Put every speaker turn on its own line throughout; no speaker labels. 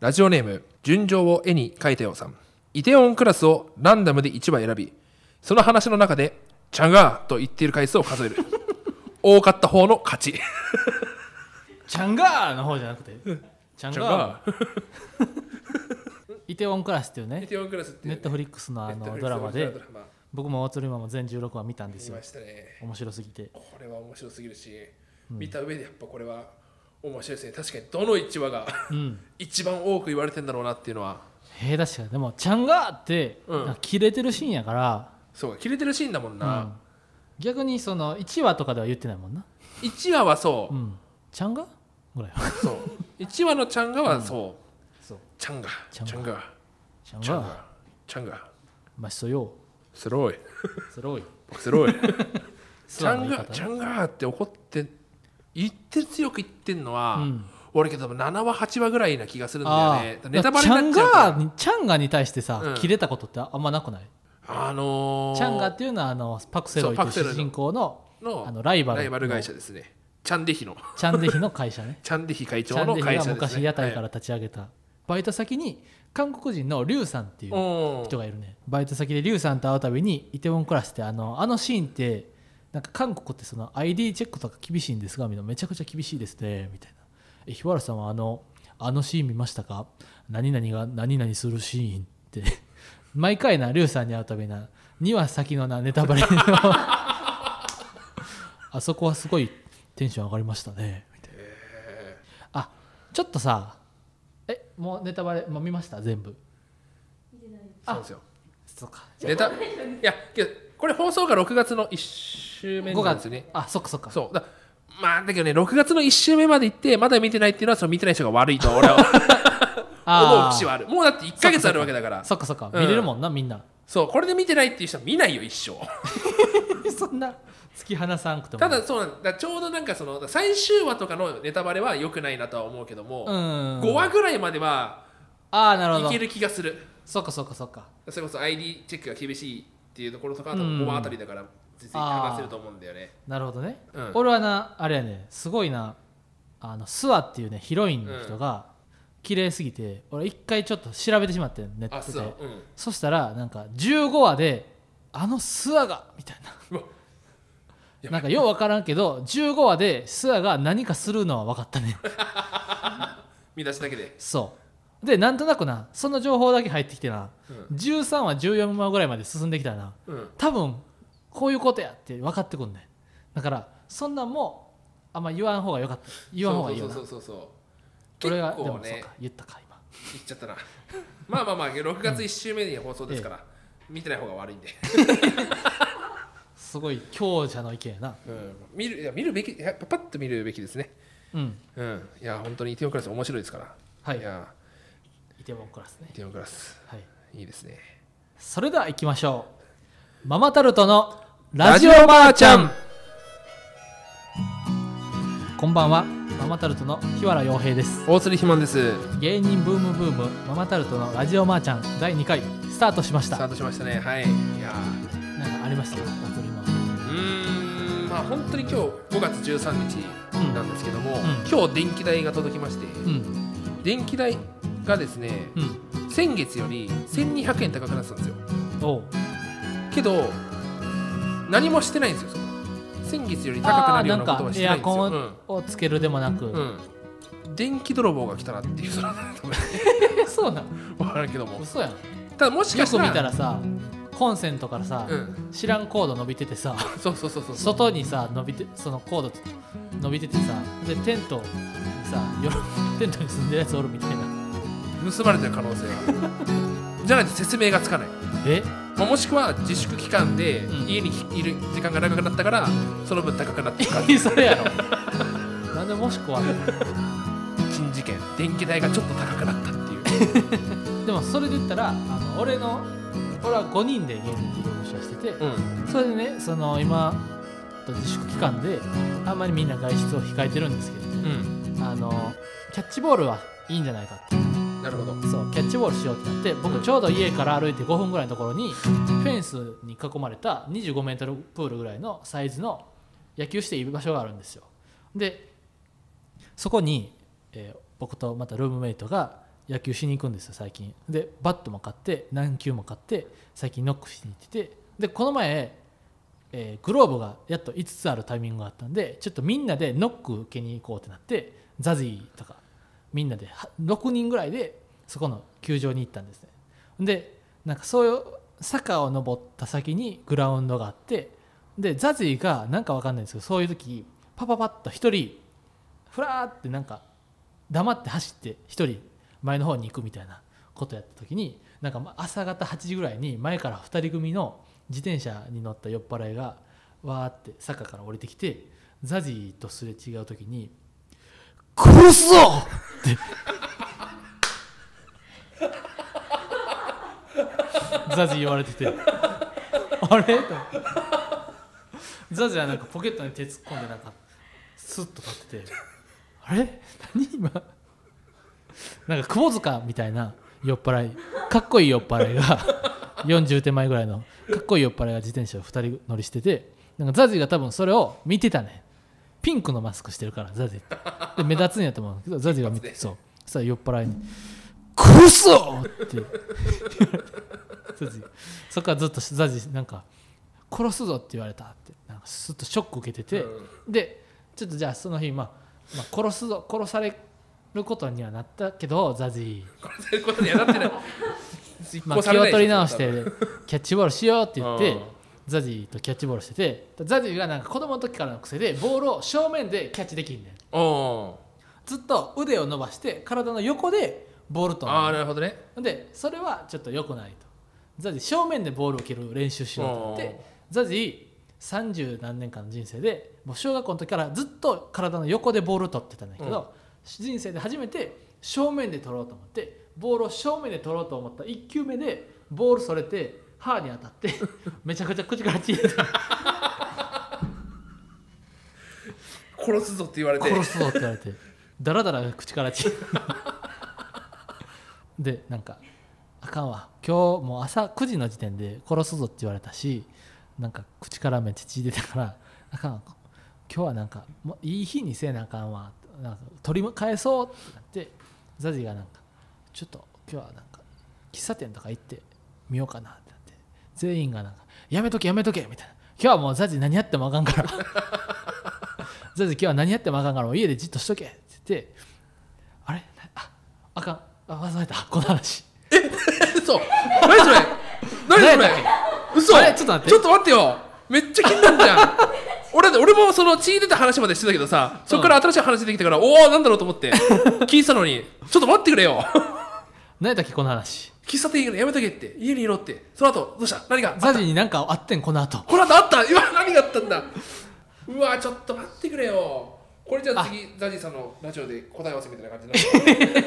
ラジオネーム純情を絵に描いたようさんイテオンクラスをランダムで1話選びその話の中で「チャンガー」と言っている回数を数える 多かった方の勝ち
チャンガーの方じゃなくてチャンガー
ー
イテウォンクラスっていう
イ
ね
テオンクラスってい
ネ
う
ットフリックスのあのドラ
ネ
マ
ッ
で
トフリックスのドラマ
僕も大鶴ママ全16話見たんです
見
よ
ましたね
面白すぎて
これは面白すぎるし、見た上でやっぱこれは面白いですね確かにどの1話が
うん
一番多く言われてんだろうなっていうのは
へえ確かにでもチャンガーって、
うん
なんか切れてるシーンやから、
そうか切れてるシーンだもん
うん
な、、
逆にその1話とかでは言ってないもんな
一1話はそう
う、んチャンガーぐらいは
そう1話のチャンガはそう、
そう
チャンガチ
チャンガ
ャンガ
チャン
チャン
ガー
ガチャンガ
まあそよ
スローい
そろい
スローいチ
スラ
ャ
の
ン
言い
ガ
方
チャンガって怒って言って強く言ってんのは、
うん
俺けど7話8話ぐらいな気がするんだよ
あ
ね
あ
ネタバレになっちゃうか
チャン
ら
ガーにチャンガーに対してさ、
うん
切れたことってあんまなくない
あのー、
チャンガーっていうのはあのパクセロイという
そうパクセロイの
主人公の
の
あのライバル
ライバル会社ですね。チャンデヒの。
チャンデヒの会社ね
チャンデヒ会
チ
長
ャン
の
デヒ
会
が
社ですね。
昔屋台から
はい
立ち上げた、バイト先に韓国人のリュウさんっていう
おー
人がいるねバイト先でリュウさんと会うたびにイテウォンクラスってあのあのシーンってなんか韓国ってその ID チェックとか厳しいんですがみたいなめちゃくちゃ厳しいですねみたいなえ日原さんはあのあのシーン見ましたか何々が何々するシーンって 毎回なリュウさんに会うたびな2話先のなネタバレの あそこはすごいテンション上がりましたねみたいなあちょっとさえもうネタバレもう見ました全部
そうなんですよ。
そうか
ネタ。いや、けどこれ放送が6月の1週目
5
なんで
月
すよね。
あそっかそっか
そう。だまあ、だけどね、6月の1週目まで行って、まだ見てないっていうのは、その見てない人が悪いと俺は思う
あ
節は
ー
ある。もうだって1ヶ月あるわけだから。
そっかそっか
うん
見れるもんな、みんな
そう、これで見てないっていう人は見ないよ、一生。
そんな突き放さんくても
ただ、そうなんだ、ちょうどなんかその、最終話とかのネタバレは良くないなとは思うけども、
うん
5話ぐらいまでは
ああなるほ
い
ど
ける気がする。
そっかそっかそっか
それこそ ID チェックが厳しいっていうところとかあと
うん
5話あたりだから全然話せると思うんだよね。
なるほどね、
うん
俺はなあれやねすごいなあのスワっていうねヒロインの人が、綺麗すぎて俺一回ちょっと調べてしまってネ
あ
ット
そう
で、
うん、
そしたらなんか15話であのスワがみたいう
わ
ななんかよう分からんけど15話でスワが何かするのは分かったね
見出しだけで。
そうでなんとなくなその情報だけ入ってきてな、
う
13話14話ぐらいまで進んできたらな
うん、
多分こういうことやって分かってくんねんだからそんなんもあんま言わん方がよかった言わん方がいいよな
そうそうそうそうそう。
俺が、
結
で
構
もそう
ね
か言ったか今
言っちゃったな。 まあまあまあ6月1週目に放送ですから、見てない方が悪いんで。
すごい強者の意見やな
うん、見るいや見るべきいやパッと見るべきですね。
うん
うん、いや本当にイテオンクラス面白いですから。
はい
いや
イテウォンクラスね
イテオンクラス
はい
いいですね。
それでは行きましょうママタルトのラジオばあちゃんこんばんはママタルトの日原洋平です
大鶴ひまんです。
芸人ブームブームママタルトのラジオマーちゃん第2回スタートしまし
スタ
た
ートしましたね。はい。いやー
なんかありましたかおとりの
うーんまあ本当に今日5月13日なんですけども、
ん
今日電気代が届きまして、
うん
電気代がですね、
うん
先月より1200円高くなってたんですよ
おう
けど何もしてないんですよその先月より高くなるようなことはして
エ
な
ア
いんです
コ
よ
ンをつけるでもなく、
うんうん電気泥棒が来たなっていうその
えそうなん
わからんけども
嘘やんよ
ただもしかし
く
たら
見たらさコンセントからさ、
うん
知らんコード伸びててさ
そうそうそうそうそう
外にさ伸びてそのコード伸びててさでテントにさよろ テントに住んでるやつおるみたいな
盗まれてる可能性がじゃないと説明がつかない
え
まあ、もしくは自粛期間で
うん
家にいる時間が長くなったからその分高くなってる 感じ
それやろなんでもしくは
珍事件電気代がちょっと高くなったっていう
でもそれで言ったらあの俺の俺は5人で芸人事業主をしてて、
うん
それでねその今自粛期間であんまりみんな外出を控えてるんですけ
うん
どあのキャッチボールはいいんじゃないかって
なるほど
そうキャッチボールしようってなって僕ちょうど家から歩いて5分ぐらいのところにフェンスに囲まれた2 5メートルプールぐらいのサイズの野球している場所があるんですよでそこに、えー僕とまたルームメイトが野球しに行くんですよ最近でバットも買って何球も買って最近ノックしに行っててでこの前、えーグローブがやっと5つあるタイミングがあったんでちょっとみんなでノック受けに行こうってなってザジーとかみんなでは6人ぐらいでそこの球場に行ったんですねでなんかそういう坂を登った先にグラウンドがあってでザジーがなんかわかんないんですけどそういう時パパパッと一人ふらーってなんか黙って走って一人前の方に行くみたいなことやった時になんか朝方8時ぐらいに前から2人組の自転車に乗った酔っ払いがわーって坂から降りてきてザジーとすれ違う時に「殺すぞ!」 ってザジー言われてて「あれ?」と思ってザジーはなんかポケットに手突っ込んでなんかスッと立ってて「 あれ何今?」なんか窪塚みたいな酔っ払いかっこいい酔っ払いが40手前ぐらいのかっこいい酔っ払いが自転車を2人乗りしててなんかザジが多分それを見てたねピンクのマスクしてるからザジってで目立つんやと思うんだけどザジが見てそうそしたら酔っ払いに「殺すぞ!」って言われ てザジそっからずっとザジなんか「殺すぞ」って言われたってなんかすっとショック受けてて、でちょっとじゃあその日、まあ、まあ殺すぞ殺されることにはなったけどザジー、
殺されることにはなって ない実
まあ、
行
気
され
を
ないでしょ
取り直し
多分
てキャッチボールしようって言っ
う
て
ん
ザジーとキャッチボールしててザジーがなんか子供の時からの癖でボールを正面でキャッチできんねん
うん
ずっと腕を伸ばして体の横でボールと
ああなるほどね
でそれはちょっと良くないとザジ正面でボールを蹴る練習しようと思っ
うん
てザジ三十何年間の人生でもう小学校の時からずっと体の横でボールを取ってたんだけど、
うん
人生で初めて正面で取ろうと思ってボールを正面で取ろうと思った1球目でボールそれて歯に当たって めちゃくちゃ口から血出て
殺すぞって言われて
殺すぞって言われてダラダラ口から血 でなんかあかんわ今日もう朝9時の時点で殺すぞって言われたしなんか口からめっちゃ血出たからあかんわ今日はなんかもういい日にせなあかんわなんか取り返そうってなってザジがなんかちょっと今日はなんか喫茶店とか行ってみようかなってなって全員がなんかやめとけやめとけみたいな今日はもうザジ何やってもあかんからザジ今日は何やってもあかんからもう家でじっとしとけって言ってあれああかんあ忘れたこの話
嘘何それ何そ
何
れ
やったっ
嘘
あれちょっと待って
ちょっと待ってよめっちゃ気になるじゃん 俺だ俺もその血出た話までしてたけどさそっから新しい話出てきたから、おおなんだろうと思って聞いてたのにちょっと待ってくれよ
何やったっけこの話
喫茶店行くのやめとけって家にいろってその後どうした何が
ザジになんかあってんこの後
この後あった今何があったんだうわちょっと待ってくれよこれじゃあ次ザジさんのラジオで答え合わせみたいな感じになる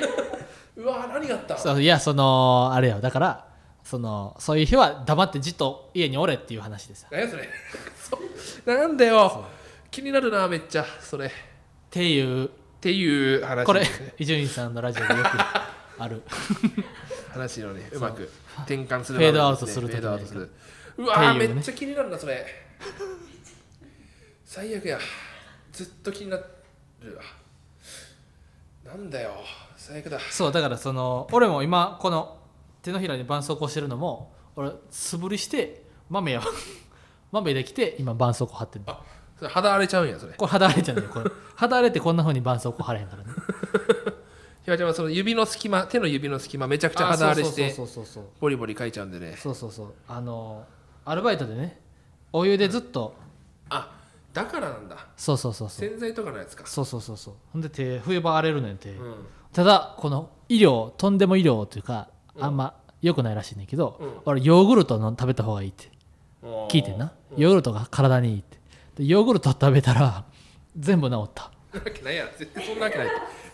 うわ何があった
そういやそのあれよだからそのそういう日は黙ってじっと家におれっていう話でさ
何やそれ そうなんだよ気になるなめっちゃそれっ
っていう
ていう話
これ
ですね
伊集院さんのラジオでよくある
話のねうまく転換する
フェードアウトする
フェードアウト
時
す
に
るうわー
っていうね
めっちゃ気になるなそれ最悪やずっと気になるわなんだよ最悪だ
そうだからその俺も今この手のひらに絆創膏してるのも俺素振りして豆や 豆できて今絆創膏貼ってる
あそれ肌荒れちゃうんやそれ
これ肌荒れちゃうんだよこれ肌荒れてこんなふうに絆創膏貼れへんからね
ひわちゃんはその指の隙間手の指の隙間めちゃくちゃ肌荒れして
そうそうそうそう
ボリボリ書いちゃうんでね
そうそうそうあのアルバイトでねお湯でずっと、
あだからなんだ
そうそうそうそう
洗剤とかのやつか
そうそうそうそうほんで手冬場荒れるねんて、
うん
ただこの医療とんでも医療というかあんま良くないらしいねんけど、
うん
俺ヨーグルトの食べた方がいいって聞いてんなヨーグルトが体にいいってでヨーグルト食べたら全部治った
なわけないやろ絶対そんなわけない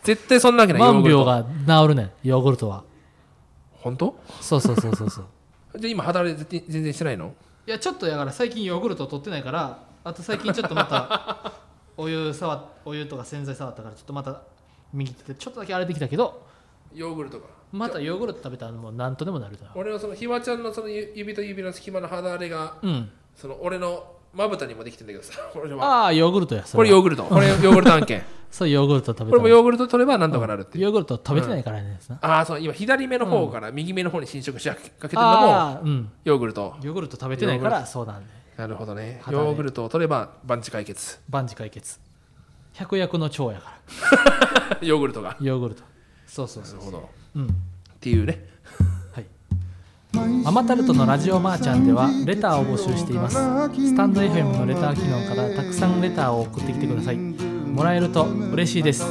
絶対そんなわけない
万病
ヨーグルト
が治るねんヨーグルトは
本当
そうそうそうそうそう
じゃあ今肌荒れ全然してないの
いやちょっとだから最近ヨーグルト取ってないからあと最近ちょっとまた お湯触っお湯とか洗剤触ったからちょっとまた右手でちょっとだけ荒れてきたけど
ヨーグルトか
またヨーグルト食べたらもう何とでもなるだろ
俺のそのひわちゃんのその指と指の隙間の肌荒れが
ううん
その俺のまぶたにもできてんだけどさ俺は
ああヨーグルトやそ
これ
は
ヨーグルトこれヨーグルト案件
そうヨーグルト
こ
食べ
れ
た
もヨーグルト取ればなんとかなるっていう、
ヨーグルト食べてないからね、その
ああそう今左目の方から右目の方に侵食しかけてるのも
あーうん
ヨーグルト
ヨーグルト食べてないからそうなんで
なるほどね
肌ね
ヨーグルトを取れば万事解 決
万事解決百薬の長やから
ヨーグルトが
ヨーグルト そうそう
な
そ
る
う
ほど
うん
っていうね
はいママタルトのラジオマーちゃんではレターを募集していますスタンド FM のレター機能からたくさんレターを送ってきてくださいもらえると嬉しいです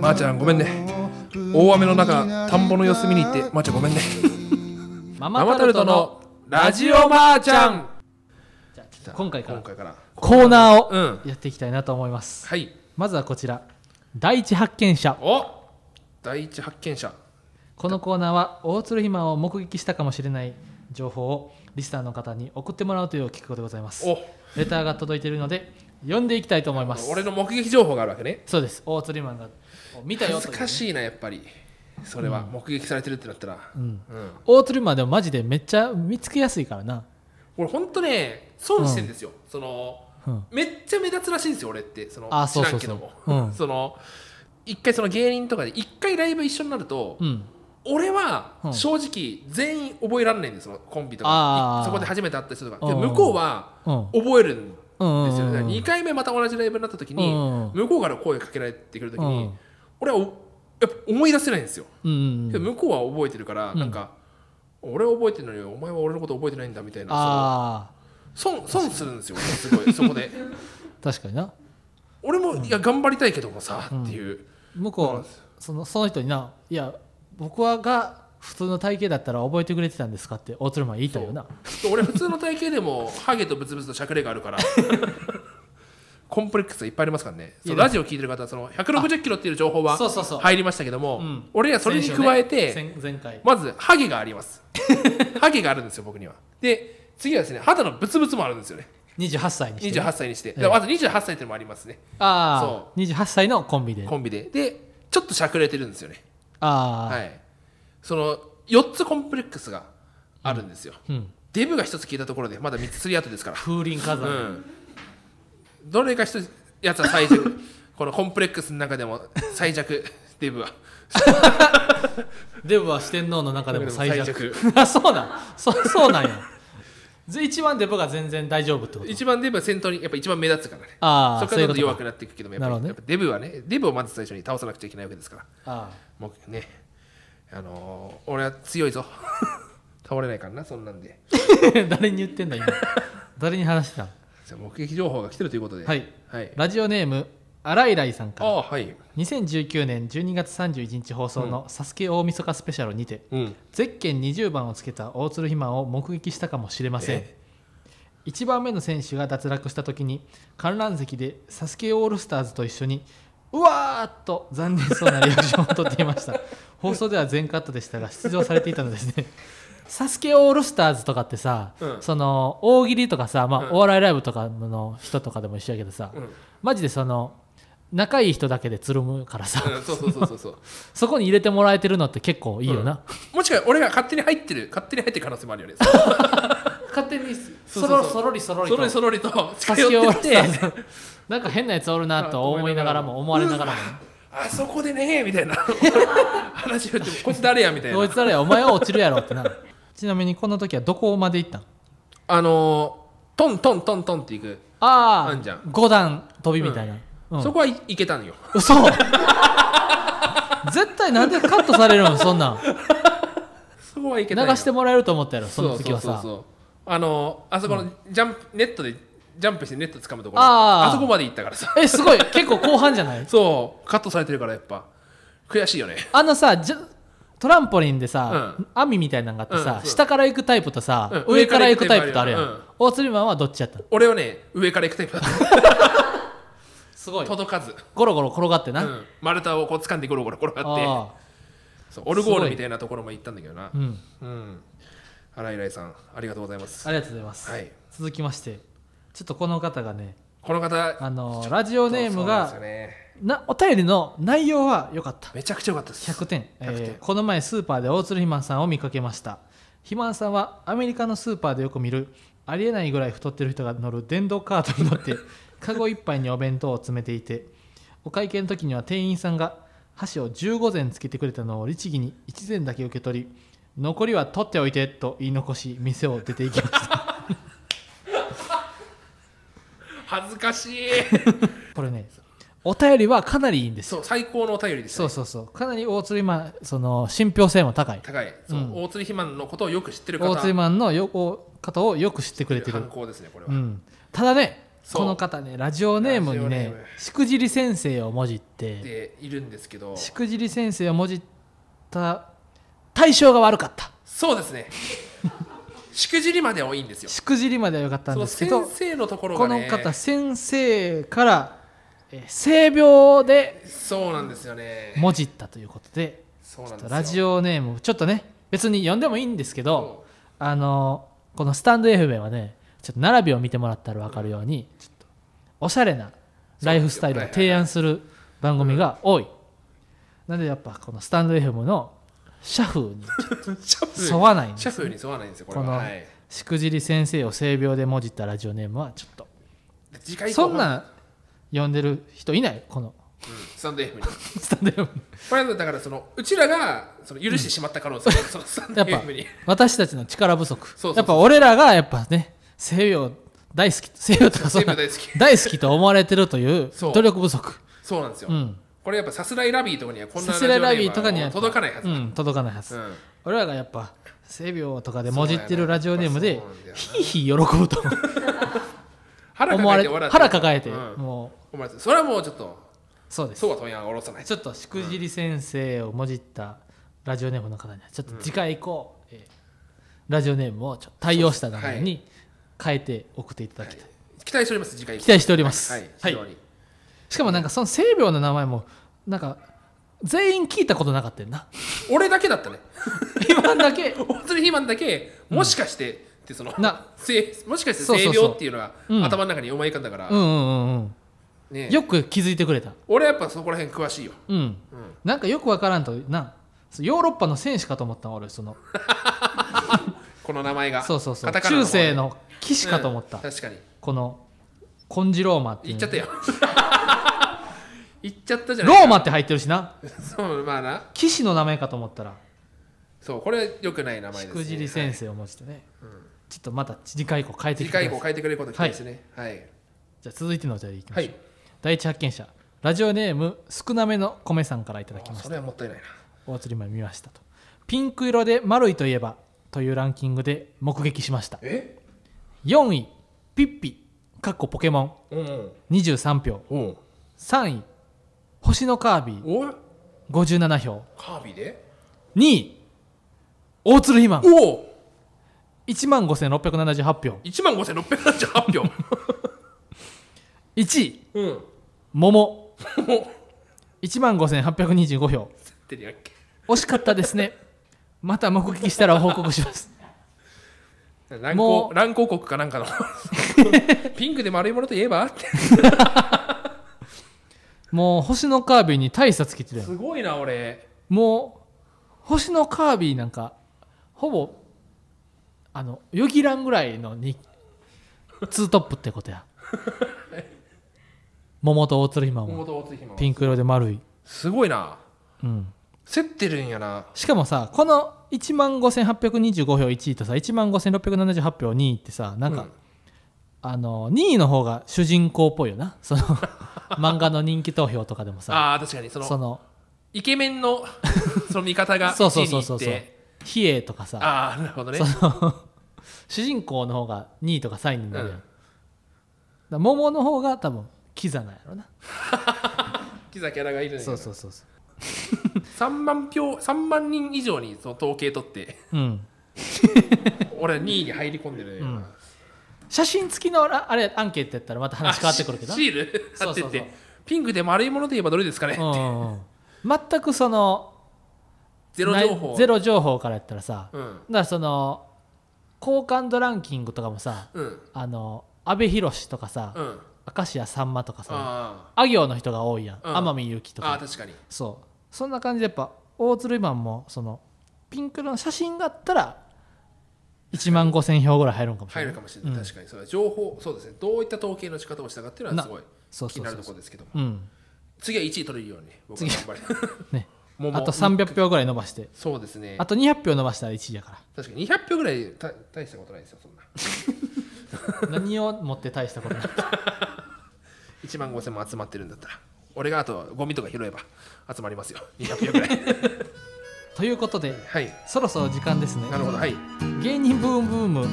まー、ちゃんごめんね大雨の中田んぼの様子見に行ってまー、ちゃんごめんね
マ
マ
マ
マ
タ
タ
ル
ル
ト
ト
の
のラジオまーちゃん
今回から
今回から
コーナ
う
ー
ん
をやっていきたいなと思います、
はい
まずはこちら第一発見者
お第一発見者
このコーナーは大鶴ひまを目撃したかもしれない情報をリスナーの方に送ってもらうという企画でございます
お
レターが届いているので読んでいきたいと思います
俺の目撃情報があるわけね
そうです大鶴ひまが見たよ
恥ず
というね
かしいなやっぱりそれは目撃されてるってなったらうん、
大鶴ひまでもマジでめっちゃ見つけやすいからな
俺ほんとね損してんですよ、その
うん
めっちゃ目立つらしいんですよ俺ってその
あそう
知らん
そう
け
そ
ど
う
も
うん
その一回その芸人とかで一回ライブ一緒になると、
うん
俺は
うん
正直全員覚えられないんですよそのコンビとか
あー
いそこで初めて会った人とか
う
で
ん
向こうは
うん
覚えるん
うん
ですよ
うん
ね
うん
2回目また同じライブになった時
う
に
ん
向こうから声かけられてくる時
う
に
ん
俺はおやっぱ思い出せないんですよ
うんうん
で向こうは覚えてるからなんか俺は覚えてるのにお前は俺のこと覚えてないんだみたいな
あ
その損損するんですよすごいそこで
ー確かにな
俺もいや頑張りたいけどもさっていう
向こうはそのその人にないや僕はが普通の体型だったら覚えてくれてたんですかって大鶴ひま言いたいよな
俺普通の体型でもハゲとブツブツとしゃくれがあるからコンプレックスがいっぱいありますからねそうラジオ聞いてる方はその160キロっていう情報は
そうそうそう
入りましたけども、
ん
俺らそれに加えて、
先週ね前前回
まずハゲがあります ハゲがあるんですよ僕にはで次はですね肌のブツブツもあるんですよね
28歳にして
28歳にして、
ええ
でまず28歳っていうのもありますね
ああ28歳のコンビで
コンビででちょっとしゃくれてるんですよね
ああ、
はいその4つコンプレックスがあるんですよ、
うん、
デブが1つ聞いたところでまだ3つすり後ですから
風林火山、
うん、どれか一つやつは最弱 このコンプレックスの中でも最弱デブは
デブは四天王の中でも最弱
中でも
あ そうなんそそうなんやぜ一番デブが全然大丈夫ってこと
一番デブは先頭にやっぱ一番目立つからね
ああ
そこからどん
そう
どん
いう
弱
ことか
くなっていくけどもや
な
っ
る
ぱり
ほどね
やっぱデブはねデブをまず最初に倒さなくちゃいけないわけですから
あ
もうねあのー俺は強いぞ 倒れないからなそんなんで
あ 誰に言ってんだ今誰に話してたの
じゃあ目撃情報が来てるということでは
はい
はい
ラジオネーム新井来さんか
あ
ら
あはい
2019年12月31日放送の「サスケ大晦日スペシャル」にて、
うん
ゼッケン20番をつけた大鶴ひまを目撃したかもしれません
え
1番目の選手が脱落した時に観覧席でサスケオールスターズと一緒にうわーっと残念そうなリアクションを取っていま した放送では全カットでしたが出場されていたのですねサスケオールスターズとかってさ、
うん
その大喜利とかさ、まあ
うん
お笑いライブとかの人とかでも一緒やけどさ、
うん
マジでその仲いい人だけでつるむからさ、
うんそうそうそうそう そう
そこに入れてもらえてるのって結構いいよな、
もしかしたら俺が勝手に入ってる勝手に入ってる可能性もあるよ ね
勝手に
そうそうそう
そろりそろ
そろり
そ
そろりと
差
近
し
寄
を
ってって
なんか変なやつおるなと思いながらも思われながらも
あそこでねみたい な話を言ってもこいつ誰やみたい
どい
な
つだれやお前は落ちるや ろってなちなみにこの時はどこまで行ったん
あのートントントントンっていく、
あ
あんじゃ
あ
ん
5段飛びみたいな、うん
そこはい、いけたのよ
嘘絶対なんでカットされるのそ んなん
そこはいけ
流
たんよ
してもらえると思ったやろその時は
そうそう
さ
そうそうあのーあそこのジャンプ、ネットでジャンプしてネット掴むところ
あー
あそこまで行ったからさ
えすごい結構後半じゃない
そうカットされてるからやっぱ悔しいよね
あのさじゃトランポリンでさ、
う
網みたいなのがあって
うん
さ、
そう
下から行くタイプとさ、
うん
上から行くタイプとあるやん、
うん
大釣りマンはどっちやったの
俺はね上から行くタイ プだった
すごい
届かず、
ゴロゴロ転がって
う
な、
ん、丸太をこう掴んでゴロゴロ転がって
あ
そうオルゴールみたいなところも行ったんだけどな
あうん
うん新井来さんありがとうございます
ありがとうございます、
はい
続きましてちょっとこの方がね
この方
あのラジオネーム
そう
が
なんですよね
なお便りの内容は良かった
めちゃくちゃ良かったです
100点えー
100点
この前スーパーで大鶴ひまんさんを見かけましたひまんさんはアメリカのスーパーでよく見るあり えないぐらい太ってる人が乗る電動カートに乗ってカゴいっぱいにお弁当を詰めていてお会計の時には店員さんが箸を15膳つけてくれたのを律儀に1膳だけ受け取り残りは取っておいてと言い残し店を出ていきました
恥ずかし い
これねお便りはかなりいいんですよ
そう最高のお便りです
そうそうそうかなり大鶴マンその信憑性も高い
高いそう、
うん
大鶴肥満のことをよく知ってる方
大鶴マンのよお方をよく知ってくれてる
犯行ですねこれは、
うん、ただね
そう
この方ねラジオネームに
ラジオ
ね
ネーム
「しくじり先生」をもじって
でいるんですけど
しくじり先生をもじった対象が悪かった
そうです ねしくじりまではいいんですよ
しくじりまでは良かったん
そ
で
の
すけ
先
ど
生のところ
こ
が
の
ね
方先生から、えー性病で
そうなんですよね
もじったということで
そうなんですよ
ラジオネームちょっとね別に呼んでもいいんですけど
そ
あのこのスタンド FM はねちょっと並びを見てもらったら分かるようにちょっとおしゃれなライフスタイルを提案する番組が多いなんでやっぱこのスタンド FM の社風に
うシャ
沿
フ
わないん
シ
で
ャ
す
フに沿わないんですよこれは
この
はい
しくじり先生を性病でもじったラジオネームはちょっと
で次回以降
そんなん呼んでる人いないこの
うんスタンド F に
スタンド FM
これはだからそのうちらがその許してしまった可能性、そのスタンド
やっぱ
F に
私たちの力不足
そうそうそう
やっぱ俺らがやっぱね西洋大好き西洋とかそ
全
んな
部大好き
大好きと思われてるという
そう
努力不足
そうなんですよ、
うん
これやっぱさすらいラビーとかにはこんな
さすらいラビー
ジ
と
オネ
か
ーム
に
は
は
届かないはず、
う
うん
ん届かないはず、俺らがやっぱ性病とかでもじってるラジオネームで
そうなんだよな
ひいひい喜ぶと
腹
思わ
抱えて
れ
笑って
腹抱えて、
うん
もう
思われてそれはもうちょっと
そうです
そうは問屋は下ろさない
ちょっとしくじり先生をもじったラジオネームの方にはちょっと次回以降、えーラジオネームをちょっと対応した名前に変えて送っていただきたい、
期待しております次回
期待しております、
はい、
は
非
い
常に
しかもなんかその性病の名前もなんか全員聞いたことなかったよな
俺だけだったね
今だけ
大鶴肥満だけもしかして、ってその
な
せもしかして
そう
性
そうそう
病っていうのは
うん
頭の中に思い浮かんだから、
うんうんうんうん
ね、
よく気づいてくれた
俺はやっぱそこら辺詳しいよ
うん、なんかよくわからんとなそうヨーロッパの戦士かと思ったん俺その
この名前が
そうそうそう
カタカナ
中
方ね
世の騎士かと思った、
うん確かに
このコンジローマって
言
いう
っちゃったよ 言っちゃったじゃ
ロ
ない
ーマって入ってるしな
そうまあな
騎士の名前かと思ったら
そうこれは良くない名前
し
です、ね、
くじり先生を文字てね、ちょっとまた次回以降変えて
次
きて
回
くださ
以
い
降変えてくれること期待ですねはい
じゃあ続いてのお便りいきまし
は
ょう、
い、
第一発見者ラジオネーム少なめの米さんからいただきました
それはもったいないな
大釣りマン見ましたとピンク色で丸いといえばというランキングで目撃しました
え
4位ピッピかっこポケモ
う
ン
んうん
23票
おう
3位星のカービィ
おい
57票
カービィで
2位大鶴ひまん
おお
1万5678票
1万5678票
1位
うん
桃
もう
1万5825票
てるやんけ
惜しかったですねまた目撃したら報告します
乱
も
高
う
乱高国かなん かのピンクで丸いものといえばって
もう星のカービィに大差つけてるやん
すごいな俺
もう星のカービィなんかほぼあのよぎらんぐらいのにツートップってことや桃と大鶴ひま
桃
も
と大津姫
ピンク色で丸い、
すごいな
うん、
競ってるんやな
しかもさこの1万5825票1位とさ1万5678票2位ってさなんか、
うん
あの2位の方が主人公っぽいよな その漫画の人気投票とかでもさ
あー確かにその
その
イケメン のその味方が
そう
1
そう
位に行
そう
って
そうそう比叡とかさ
ああなるほどね
その主人公の方が2位とか3位になるやん、
うん
だから桃の方が多分キザなんやろな、
キザキャラがいるんや
そ
な
うそうそうそ
3万票3万人以上にその統計取って
う、うん、
俺は2位に入り込んでるんやな、
うん写真付きのらあれアンケートやったらまた話変わってくるけど
あ
な
シシール貼ってって
そうそうそう
ピンクで丸いも のといえばどれですかね、
うんうんうん全くその
ゼロ情報
ないゼロ情報からやったらさ、
う
だか
ん
らその好感度ランキングとかもさ
うん
あの阿部寛とかさ、
うん
明石家さんまとかさ
あ
あ行の人が多いやん、
うん
天海祐希
ー
と
あー
か
確かに
そうそんな感じでやっぱ大鶴マンもそのピンク色の写真があったら1万5000票ぐらい入るんかもしれ
入る
ない
かもしれない、
うん
確かにそれは情報そうですねどういった統計の仕方をしたかっていうのは
な
すごい
そう
気
そ
に
う
なると
そう
ころですけども
うん
次は1位取れるように僕は頑張り
ね、
もうもう
あと300票ぐらい伸ばして
そうですね
あと200票伸ばしたら1位やか
確かに200票ぐらいた大したことないですよそんな
ら何を持って大したことない
1万5000も集まってるんだったら俺があとゴミとか拾えば集まりますよ200票ぐら い
ということで
はい
そろそろ時間ですね
なるほどはい
芸人ブームブーム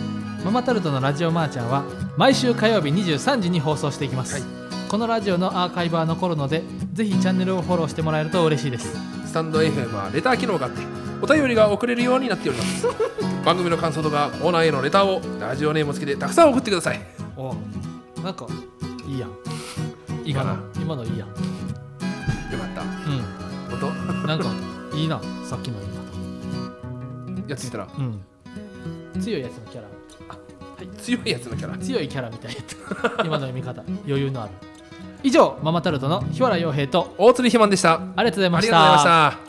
ママタルトのラジオマーちゃんは毎週火曜日23時に放送していきます、
はい
このラジオのアーカイブは残るのでぜひチャンネルをフォローしてもらえると嬉しいです
スタンド FM はレター機能があってお便りが送れるようになっております番組の感想とかオーナーへのレターをラジオネームをつけてたくさん送ってください
おなんかいいやん
いいかなよ
今のいいやんう
かった
ん
本当
なんかいいなさっきの言い
やってみたら
方うん強いやつのキャラ
強いやつのキャラ
強いキャラみたい な今の読み方余裕のある以上ママタルトの日原洋平と
大鶴ひまんでしたあり
ありがとうござい
がとう
ま
ご
し
ざいま
た
した